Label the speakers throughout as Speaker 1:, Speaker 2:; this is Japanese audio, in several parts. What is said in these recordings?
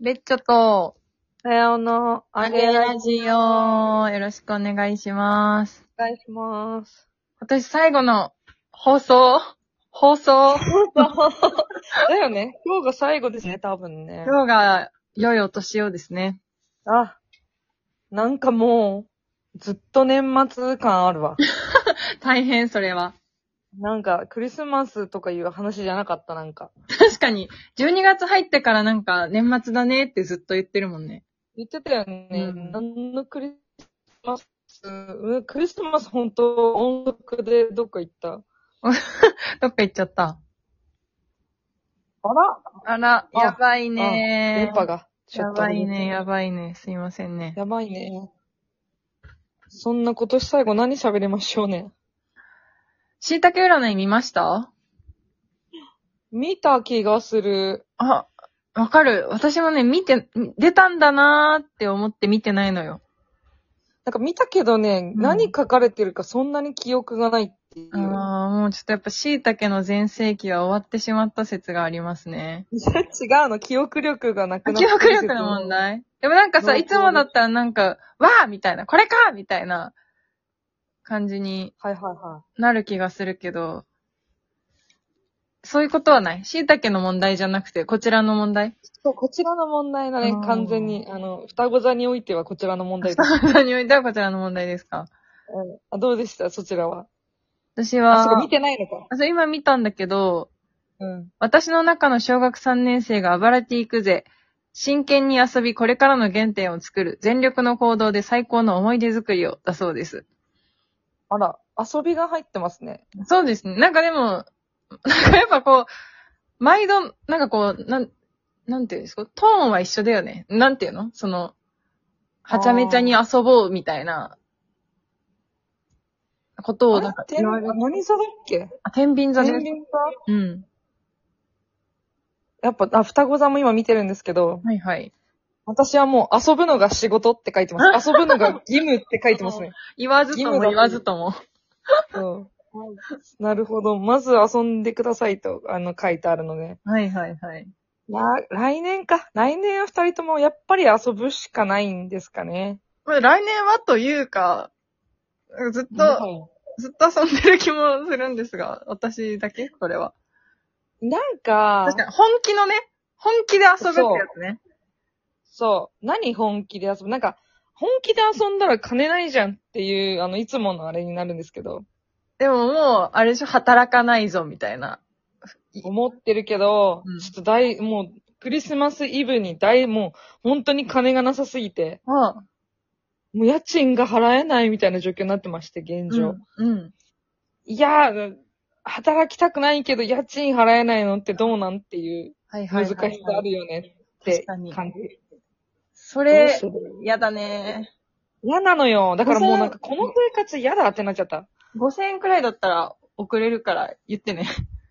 Speaker 1: レッチョと、
Speaker 2: さようの、
Speaker 1: あげラジオ、よろしくお願いします。
Speaker 2: お願いします。
Speaker 1: 今年最後の放送、放送、
Speaker 2: だよね。今日が最後ですね、多分ね。
Speaker 1: 今日が良いお年をですね。
Speaker 2: あ、なんかもう、ずっと年末感あるわ。
Speaker 1: 大変それは。
Speaker 2: なんか、クリスマスとかいう話じゃなかった、なんか。
Speaker 1: 確かに、12月入ってからなんか年末だねってずっと言ってるもんね。
Speaker 2: 言ってたよね。
Speaker 1: うん
Speaker 2: 何のクリスマス、うんクリスマス本当音楽でどっか行った。
Speaker 1: どっか行っちゃった。
Speaker 2: あら
Speaker 1: あら、
Speaker 2: あ
Speaker 1: やばいね
Speaker 2: 電波。が。
Speaker 1: やばいね、や
Speaker 2: ば
Speaker 1: ばいね。すいませんね。
Speaker 2: やばいね。そんな今年最後何喋りましょうね。
Speaker 1: 椎茸占い見ました
Speaker 2: 見た気がする。
Speaker 1: あ、わかる。私もね、見て、出たんだなーって思って見てないのよ。
Speaker 2: なんか見たけどね、
Speaker 1: うん
Speaker 2: 何書かれてるかそんなに記憶がないっていう。
Speaker 1: ああ、もうちょっとやっぱ椎茸の全盛期は終わってしまった説がありますね。
Speaker 2: 違うの、記憶力がなくな
Speaker 1: 記憶力の問
Speaker 2: 題。
Speaker 1: 題でもなんかさ、
Speaker 2: うん
Speaker 1: いつもだったらなんか、わーみたいな、これかみたいな感じに
Speaker 2: はいはいは
Speaker 1: なる気がするけど、そういうことはない椎茸の問題じゃなくて、こちらの問題
Speaker 2: い。そう、こちらの問題だね
Speaker 1: うん、
Speaker 2: 完全に。あの、双子座においてはこちらの 問題です。
Speaker 1: 何においてはこちらの問題ですか
Speaker 2: うんあどうでしたそちらは。
Speaker 1: 私
Speaker 2: あ、
Speaker 1: は、
Speaker 2: そこ見てないのか。
Speaker 1: あそう今見たんだけど、
Speaker 2: うん。
Speaker 1: 私の中の小学3年生が暴れていくぜ。真剣に遊び、これからの原点を作る。全力の行動で最高の思い出作りを、だそうです。
Speaker 2: あら、遊びが入ってますね。
Speaker 1: そうですね。なんかでも、なんかやっぱこう、毎度、なんかこう、なん、なんていうんですか、トーンは一緒だよね。なんていうのその、はちゃめちゃに遊ぼうみたいな、ことを、なんか
Speaker 2: あれ、天何座だっけ
Speaker 1: あ天秤座
Speaker 2: 天
Speaker 1: です。
Speaker 2: 秤座
Speaker 1: うん。
Speaker 2: やっぱ、あ、双子座も今見てるんですけど、
Speaker 1: はいはい。
Speaker 2: 私はもう遊ぶのが仕事って書い てます。遊ぶのが義務って書いてますね。
Speaker 1: 言わずとも言わずとも。
Speaker 2: そう。なるほど。まず遊んでくださいと、あの、書いてあるので。
Speaker 1: はいはいはい。
Speaker 2: な、来年か。来年は二人ともやっぱり遊ぶしかないんですかね。
Speaker 1: これ来年はというか、ずっと、ずっと遊んでる気もするんですが、私だけこれは。
Speaker 2: なんか
Speaker 1: 確、かに、本気のね、本気で遊ぶってやつね。
Speaker 2: そう。何本気で遊ぶなんか、本気で遊んだら金ないじゃんっていう、あの、いつものあれになるんですけど、
Speaker 1: でももう、あれでしょ、働かないぞ、みたいな。
Speaker 2: 思ってるけど、
Speaker 1: うん
Speaker 2: ちょっと大、もう、クリスマスイブに大、もう、本当に金がなさすぎて、
Speaker 1: うん。
Speaker 2: もう家賃が払えないみたいな状況になってまして、現状。
Speaker 1: うん。
Speaker 2: いやー、働きたくないけど家賃払えないのってどうなんっていう
Speaker 1: はいはいはい
Speaker 2: 難し
Speaker 1: はい。
Speaker 2: さあるよねって
Speaker 1: 確かに
Speaker 2: 感じ。
Speaker 1: そ
Speaker 2: どう
Speaker 1: れ
Speaker 2: す、る
Speaker 1: やだね。
Speaker 2: 嫌なのよ。だからもうなんかこの生活嫌だってなっちゃった。
Speaker 1: 5000円くらいだったら、送れるから、言ってね。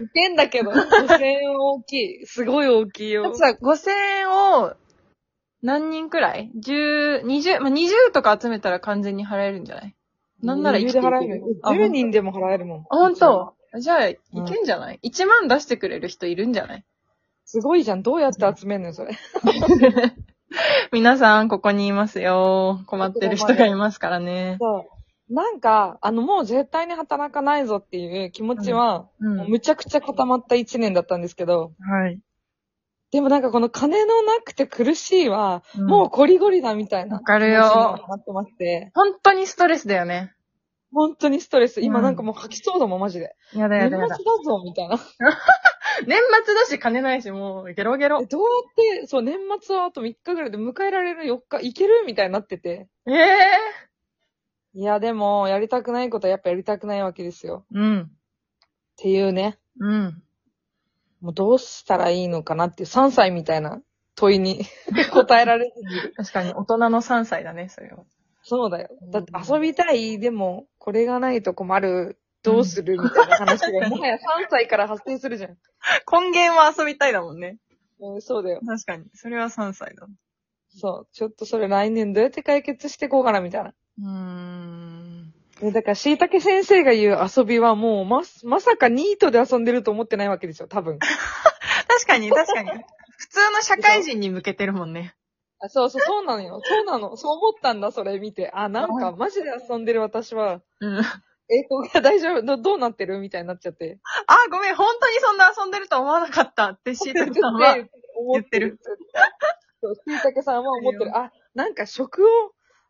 Speaker 2: いけんだけど、5000円大きい。すごい大きい
Speaker 1: だっ
Speaker 2: よ
Speaker 1: て。さ、5000円を、何人くらい ?10、20、まあ、20とか集めたら完全に払えるんじゃない なんなら生き
Speaker 2: 余
Speaker 1: て
Speaker 2: 裕
Speaker 1: い
Speaker 2: で
Speaker 1: け
Speaker 2: 払える。10人でも払えるもん。
Speaker 1: あ、本当じゃあ、い
Speaker 2: うん
Speaker 1: けんじゃない、?1 万出してくれる人いるんじゃない
Speaker 2: すごいじゃん。どうやって集めんのよ、それ。
Speaker 1: 皆さん、ここにいますよ。困ってる人がいますからね。
Speaker 2: そう。なんか、あの、もう絶対に働かないぞっていう気持ちは、
Speaker 1: う
Speaker 2: もう。むちゃくちゃ固まった1年だったんですけど、
Speaker 1: はい。
Speaker 2: でもなんかこの金のなくて苦しいは、もう
Speaker 1: う、
Speaker 2: ゴリゴリだみたいな。
Speaker 1: わかるよ
Speaker 2: なってまして。
Speaker 1: 本当にストレスだよね。
Speaker 2: 本当にストレス。
Speaker 1: う
Speaker 2: 今
Speaker 1: ん
Speaker 2: なんかもう吐きそうだもん、マジで。
Speaker 1: やだ
Speaker 2: 年
Speaker 1: やだ
Speaker 2: 末だ
Speaker 1: やだ。
Speaker 2: ぞ、みたいな。
Speaker 1: 年末だし、金ないし、もう、ゲロゲロ
Speaker 2: え。どうやって、そう、年末はあと3日ぐらいで迎えられる4日、いけるみたいになってて。
Speaker 1: ええ
Speaker 2: いや、でも、やりたくないことはやっぱやりたくないわけですよ。
Speaker 1: うん。
Speaker 2: っていうね。
Speaker 1: うん。
Speaker 2: もうどうしたらいいのかなっていう、3歳みたいな問いに 答えられずに。
Speaker 1: 確かに、大人の3歳だね、それは。
Speaker 2: そうだよ。だって遊びたい、でも、これがないと困る、どうするみたいな話が、もはや3歳から発生するじゃん。
Speaker 1: 根源は遊びたいだもんね。
Speaker 2: うんそうだよ。
Speaker 1: 確かに。それは3歳だ。
Speaker 2: そう。ちょっとそれ来年どうやって解決していこうかな、みたいな。
Speaker 1: うーん。
Speaker 2: でだから、椎茸先生が言う遊びはもう、ま、まさかニートで遊んでると思ってないわけですよ、多分。
Speaker 1: 確かに、確かに。普通の社会人に向けてるもんね。
Speaker 2: あそうそう、そうなのよ。そうなの。そう思ったんだ、それ見て。あ、なんか、マジで遊んでる私は、
Speaker 1: うん。あ、
Speaker 2: 英語が大丈夫ど、どうなってるみたいになっちゃって。
Speaker 1: ごめん、本当にそんな遊んでると思わなかったってシータさんは。
Speaker 2: で思ってる。そう、しいたけさんは思ってる。あ、なんか食を、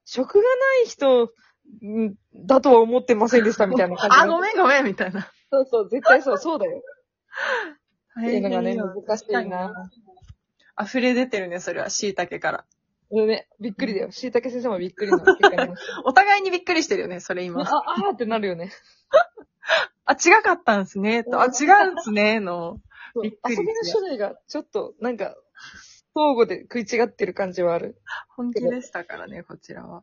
Speaker 2: 食がない人、んだとは思ってませんでした、みたいな感じ。
Speaker 1: あ、ごめんごめん、みたいな。
Speaker 2: そうそう、絶対そう、そうだよ。っていうのがね、難しいな。
Speaker 1: 溢れ出てるね、それは、椎茸から。
Speaker 2: うんね、びっくりだよ。しいたけ先生もびっくりなの。結果ね
Speaker 1: お互いにびっくりしてるよね、それ
Speaker 2: あ、
Speaker 1: 今。
Speaker 2: あーってなるよね。
Speaker 1: あ、違かったんすね、と。あ、違うんすね、の。
Speaker 2: そう
Speaker 1: びっくり
Speaker 2: 遊びの種類が、ちょっと、なんか、相互で食い違ってる感じはある。
Speaker 1: 本気でしたからね、こちらは。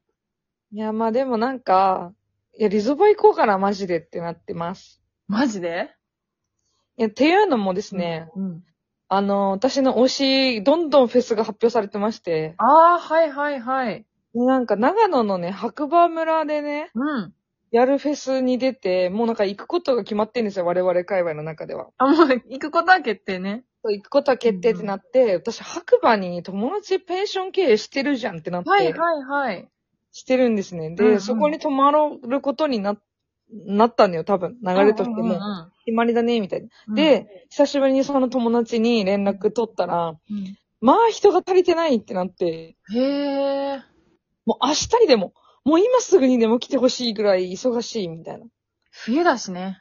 Speaker 2: いや、まあでもなんか、いや、リゾバ行こうかな、マジでってなってます。
Speaker 1: マジで
Speaker 2: いや、っていうのもですね、
Speaker 1: うん。
Speaker 2: あの、私の推し、どんどんフェスが発表されてまして、
Speaker 1: ああ、はいはいはい。
Speaker 2: でなんか長野のね、白馬村でね、
Speaker 1: うん。
Speaker 2: やるフェスに出て、もうなんか行くことが決まってんですよ、我々界隈の中では。
Speaker 1: あ、もう、行くことは決定ね。
Speaker 2: そう行くことは決定ってなって、私白馬に友達ペンション経営してるじゃんってなって、
Speaker 1: はいはいはい。
Speaker 2: してるんですね。で、
Speaker 1: うんうん
Speaker 2: そこに泊まることにな、なったんだよ、多分。流れとして
Speaker 1: うんうん
Speaker 2: も。決まりだね、みたいな。
Speaker 1: うん、
Speaker 2: で、久しぶりにその友達に連絡取ったら、
Speaker 1: うん、
Speaker 2: まあ人が足りてないってなって、
Speaker 1: へえ。
Speaker 2: もう明日にでも、もう今すぐにでも来てほしいぐらい忙しいみたいな。
Speaker 1: 冬だしね。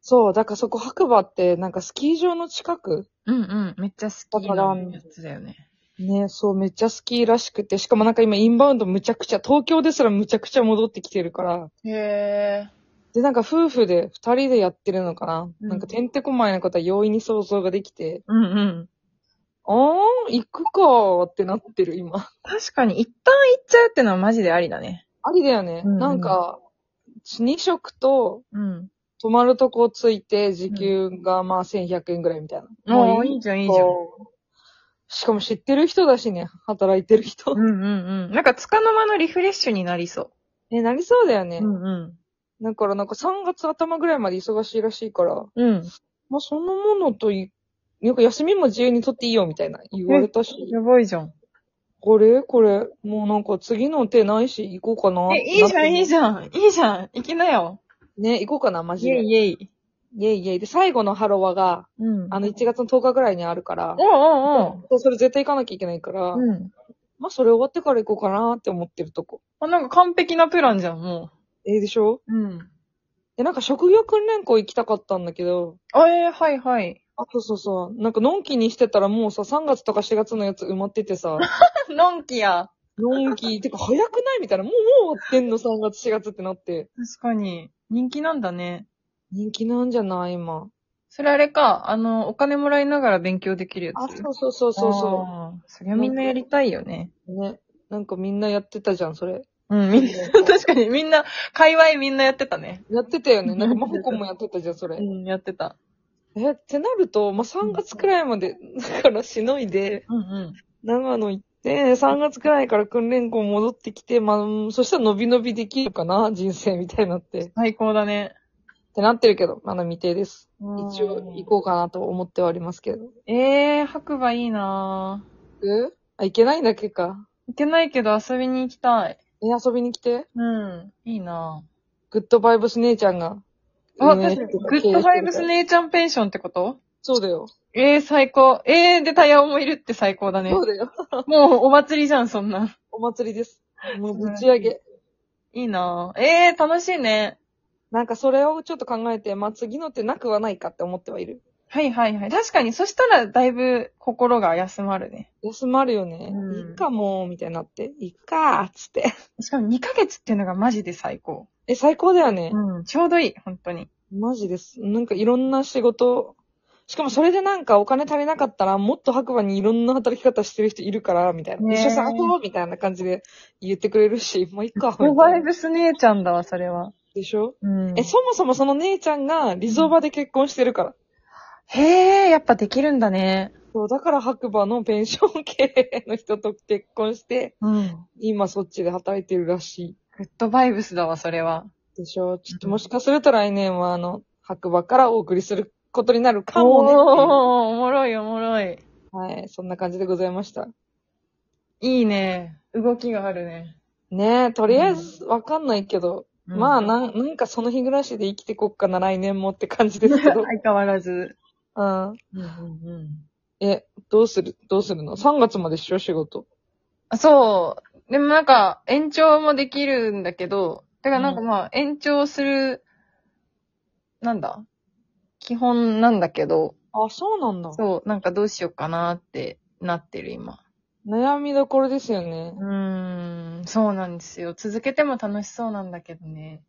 Speaker 2: そう、だからそこ白馬ってなんかスキー場の近く
Speaker 1: うんうん。めっちゃ好きなやつだよね。
Speaker 2: ね、そう、めっちゃスキーらしくて、しかもなんか今インバウンドむちゃくちゃ、東京ですらむちゃくちゃ戻ってきてるから、
Speaker 1: へえ。
Speaker 2: で、なんか夫婦で二人でやってるのかな、
Speaker 1: うん
Speaker 2: なんかてんてこまいなことは容易に想像ができて、
Speaker 1: うんうん。
Speaker 2: あー、行くかーってなってる今。
Speaker 1: 確かに、一旦行っちゃうってのはマジでありだね。
Speaker 2: ありだよね。
Speaker 1: うんうん
Speaker 2: なんか、2食と
Speaker 1: うん。
Speaker 2: 泊まるとこついて、時給がまあ1100円ぐらいみたいな。
Speaker 1: もういいじゃん、いいじゃん。
Speaker 2: こうしかも知ってる人だしね、働いてる人
Speaker 1: う。んうんうん。なんか、つかの間のリフレッシュになりそ
Speaker 2: ね、なりそうだよ
Speaker 1: う。
Speaker 2: ね。
Speaker 1: ん
Speaker 2: だからなんか3月頭ぐらいまで忙しいらしいから、
Speaker 1: うん。うん。
Speaker 2: まあそのものとい、なんか休みも自由に取っていいよみたいな言われたし、
Speaker 1: やばいじゃん。
Speaker 2: これこれ、もうなんか次の手ないし行こうかな。
Speaker 1: え、いいじゃん、いい
Speaker 2: ゃ
Speaker 1: じゃん。いいじゃん。行きなよ。
Speaker 2: ん。ね、行こうかな、マジ
Speaker 1: イェ
Speaker 2: で。
Speaker 1: イ
Speaker 2: イ
Speaker 1: イェイ。
Speaker 2: ェイイェイ。で、最後のハロワが、
Speaker 1: うん
Speaker 2: あ
Speaker 1: あの、
Speaker 2: の1月の10日ぐらいにあるから、
Speaker 1: おうおう
Speaker 2: そうそれ絶対行かなきゃいけないから、
Speaker 1: おう。うん。
Speaker 2: まあそれ終わってから行こうかなって思ってるとこ。
Speaker 1: あ、なんか完璧なプランじゃん、も
Speaker 2: ええでしょ
Speaker 1: う。うん。
Speaker 2: で、なんか職業訓練校行きたかったんだけど、
Speaker 1: あ、えー、はいはい。
Speaker 2: あ、そうそうそう。なんか、のんきにしてたらもうさ、3月とか4月のやつ埋まっててさ、
Speaker 1: のんきや。
Speaker 2: のんき、てか早くないみたいな、もう、もう終わってんの、3月4月ってなって。
Speaker 1: 確かに。人気なんだね。
Speaker 2: 人気なんじゃない今。
Speaker 1: それあれか、あの、お金もらいながら勉強できるや
Speaker 2: あ、
Speaker 1: つ。
Speaker 2: そうそうそうそうそ
Speaker 1: あーそれはみんなやりたいよね。
Speaker 2: う。ね。なんかみんなやってたじゃん、それ。
Speaker 1: うん、みんな、確かにみんな、界隈みんなやってたね。
Speaker 2: やってたよね。なんか、まほこもやってたじゃん、それ。
Speaker 1: ん、やってた。
Speaker 2: え、ってなると、まあ、3月くらいまで、だからしのいで、
Speaker 1: うんうん。
Speaker 2: 長野行って、3月くらいから訓練校戻ってきて、まあ、うんそしたら伸び伸びできるかな、人生みたいになって。
Speaker 1: 最高だね。
Speaker 2: ってなってるけど、まだ未定です。
Speaker 1: うん
Speaker 2: 一応行こうかなと思ってはありますけど。
Speaker 1: えー、白馬いいなぁ。
Speaker 2: えあ、行けないんだっけか。
Speaker 1: 行けないけど遊びに行きたい。
Speaker 2: え、遊びに来て。
Speaker 1: うん、いいな
Speaker 2: グッドバイブス姉ちゃんが。
Speaker 1: ぁ。あ、
Speaker 2: 運営し
Speaker 1: 確か
Speaker 2: てる
Speaker 1: に。グッドファイブス。
Speaker 2: 経営してるから
Speaker 1: 姉ちゃんペンションってこと
Speaker 2: そうだよ。
Speaker 1: ええー、最高。ええー、で、タヤオもいるって最高だね。
Speaker 2: そうだよ。
Speaker 1: もうお祭りじゃん、そんな。
Speaker 2: お祭りです。もうぶち上げ。
Speaker 1: いいなぁ。ええー、楽しいね。
Speaker 2: なんかそれをちょっと考えて、まあ、次のってなくはないかって思ってはいる。
Speaker 1: はいはいはい。確かに、そしたらだいぶ心が休まるね。
Speaker 2: 休まるよね。
Speaker 1: うん
Speaker 2: いいかも、みたいになって。いいかー、つって。
Speaker 1: しかも2ヶ月っていうのがマジで最高。
Speaker 2: え、最高だよね。
Speaker 1: うん、ちょうどいい、本当に。
Speaker 2: マジです。なんかいろんな仕事、しかもそれでなんかお金足りなかったら、もっと白馬にいろんな働き方してる人いるから、みたいな。
Speaker 1: ねえ
Speaker 2: 一緒探そうみたいな感じで言ってくれるし、もういいか、みた
Speaker 1: ド
Speaker 2: いな
Speaker 1: バイブス姉ちゃんだわ、それは。
Speaker 2: でしょ、
Speaker 1: うん
Speaker 2: え、そもそもその姉ちゃんがリゾーバで結婚してるから。
Speaker 1: へえ、やっぱできるんだね。
Speaker 2: そう、だから白馬のペンション経営の人と結婚して、
Speaker 1: うん。
Speaker 2: 今そっちで働いてるらし
Speaker 1: グッドバイブスだわ、それは。
Speaker 2: い。でしょちょっともしかすると来年はあの、白馬からお送りすることになるかもねっていう。
Speaker 1: おー、おもろいおもろい。
Speaker 2: はい、そんな感じでございました。
Speaker 1: いいね。動きがあるね。
Speaker 2: ねえ、とりあえずわかんないけど、
Speaker 1: うん
Speaker 2: まあなん、なんかその日暮らしで生きてこっかな、来年もって感じですけど。
Speaker 1: 相変わらず。
Speaker 2: うん。
Speaker 1: うんうんうん。
Speaker 2: え、どうする、どうするの ?3 月までっしょ、仕事。
Speaker 1: あそう。でもなんか、延長もできるんだけど、だからなんかまあ、延長する、なんだ基本なんだけど、
Speaker 2: あ、そうなんだ。
Speaker 1: そう、なんかどうしようかなってなってる今。
Speaker 2: 悩みどころですよね。
Speaker 1: うーん、そうなんですよ。続けても楽しそうなんだけどね。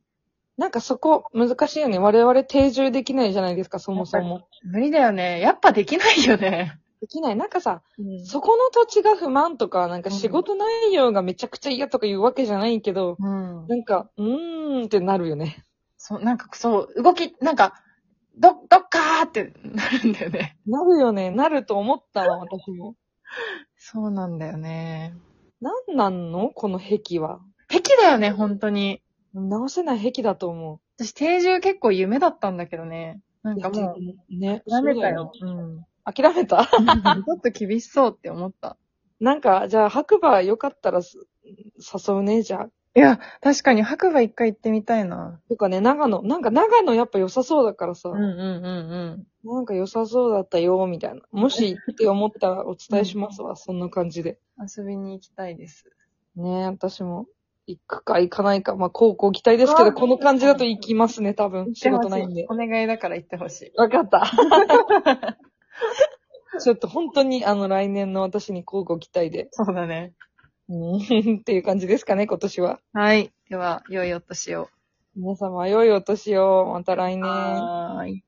Speaker 2: なんかそこ難しいよね。我々定住できないじゃないですか、そもそも。
Speaker 1: 無理だよね。やっぱできないよね。
Speaker 2: できない。なんかさ、
Speaker 1: うん
Speaker 2: そこの土地が不満とか、なんか仕事内容がめちゃくちゃ嫌とか言うわけじゃないけど、
Speaker 1: うん。
Speaker 2: なんか、うーんってなるよね。
Speaker 1: そう、なんかそう、動き、なんか、ど、どっかーってなるんだよね。
Speaker 2: なるよね。なると思ったわ、私も。
Speaker 1: そうなんだよね。
Speaker 2: なんなんのこの壁は。
Speaker 1: 敵だよね、本当に。
Speaker 2: 直せない壁だと思
Speaker 1: 私、定住結構夢だったんだけどね。な
Speaker 2: う。
Speaker 1: んかもう、
Speaker 2: う、ね。
Speaker 1: やめたよ。
Speaker 2: そう
Speaker 1: うん。
Speaker 2: うだよね。諦め た
Speaker 1: ちょっと厳しそうって思った。
Speaker 2: なんか、じゃあ、白馬よかったらす誘うね、じゃあ。
Speaker 1: いや、確かに白馬一回行ってみたいな。
Speaker 2: とかね、長野。なんか長野やっぱ良さそうだからさ。
Speaker 1: うんうんうん
Speaker 2: なんか良さそうだったよ、みたいな。もしって思ったらお伝えしますわ、そんな感じで。
Speaker 1: うん。遊びに行きたいです。
Speaker 2: ねえ、私も。行くか行かないか。まあ、こうご期待ですけ
Speaker 1: う
Speaker 2: ど、
Speaker 1: わ
Speaker 2: この感じだと行きますね、多分。仕事ないんで。
Speaker 1: お願いだから行ってほしい。
Speaker 2: わかった。 ちょっと本当に、あの、来年の私にこうご期待で。
Speaker 1: そうだね。
Speaker 2: うんっていう感じですかね、今年は。
Speaker 1: はい。では、良いお年を。
Speaker 2: 皆様、良いお年を。また来年。
Speaker 1: はーい。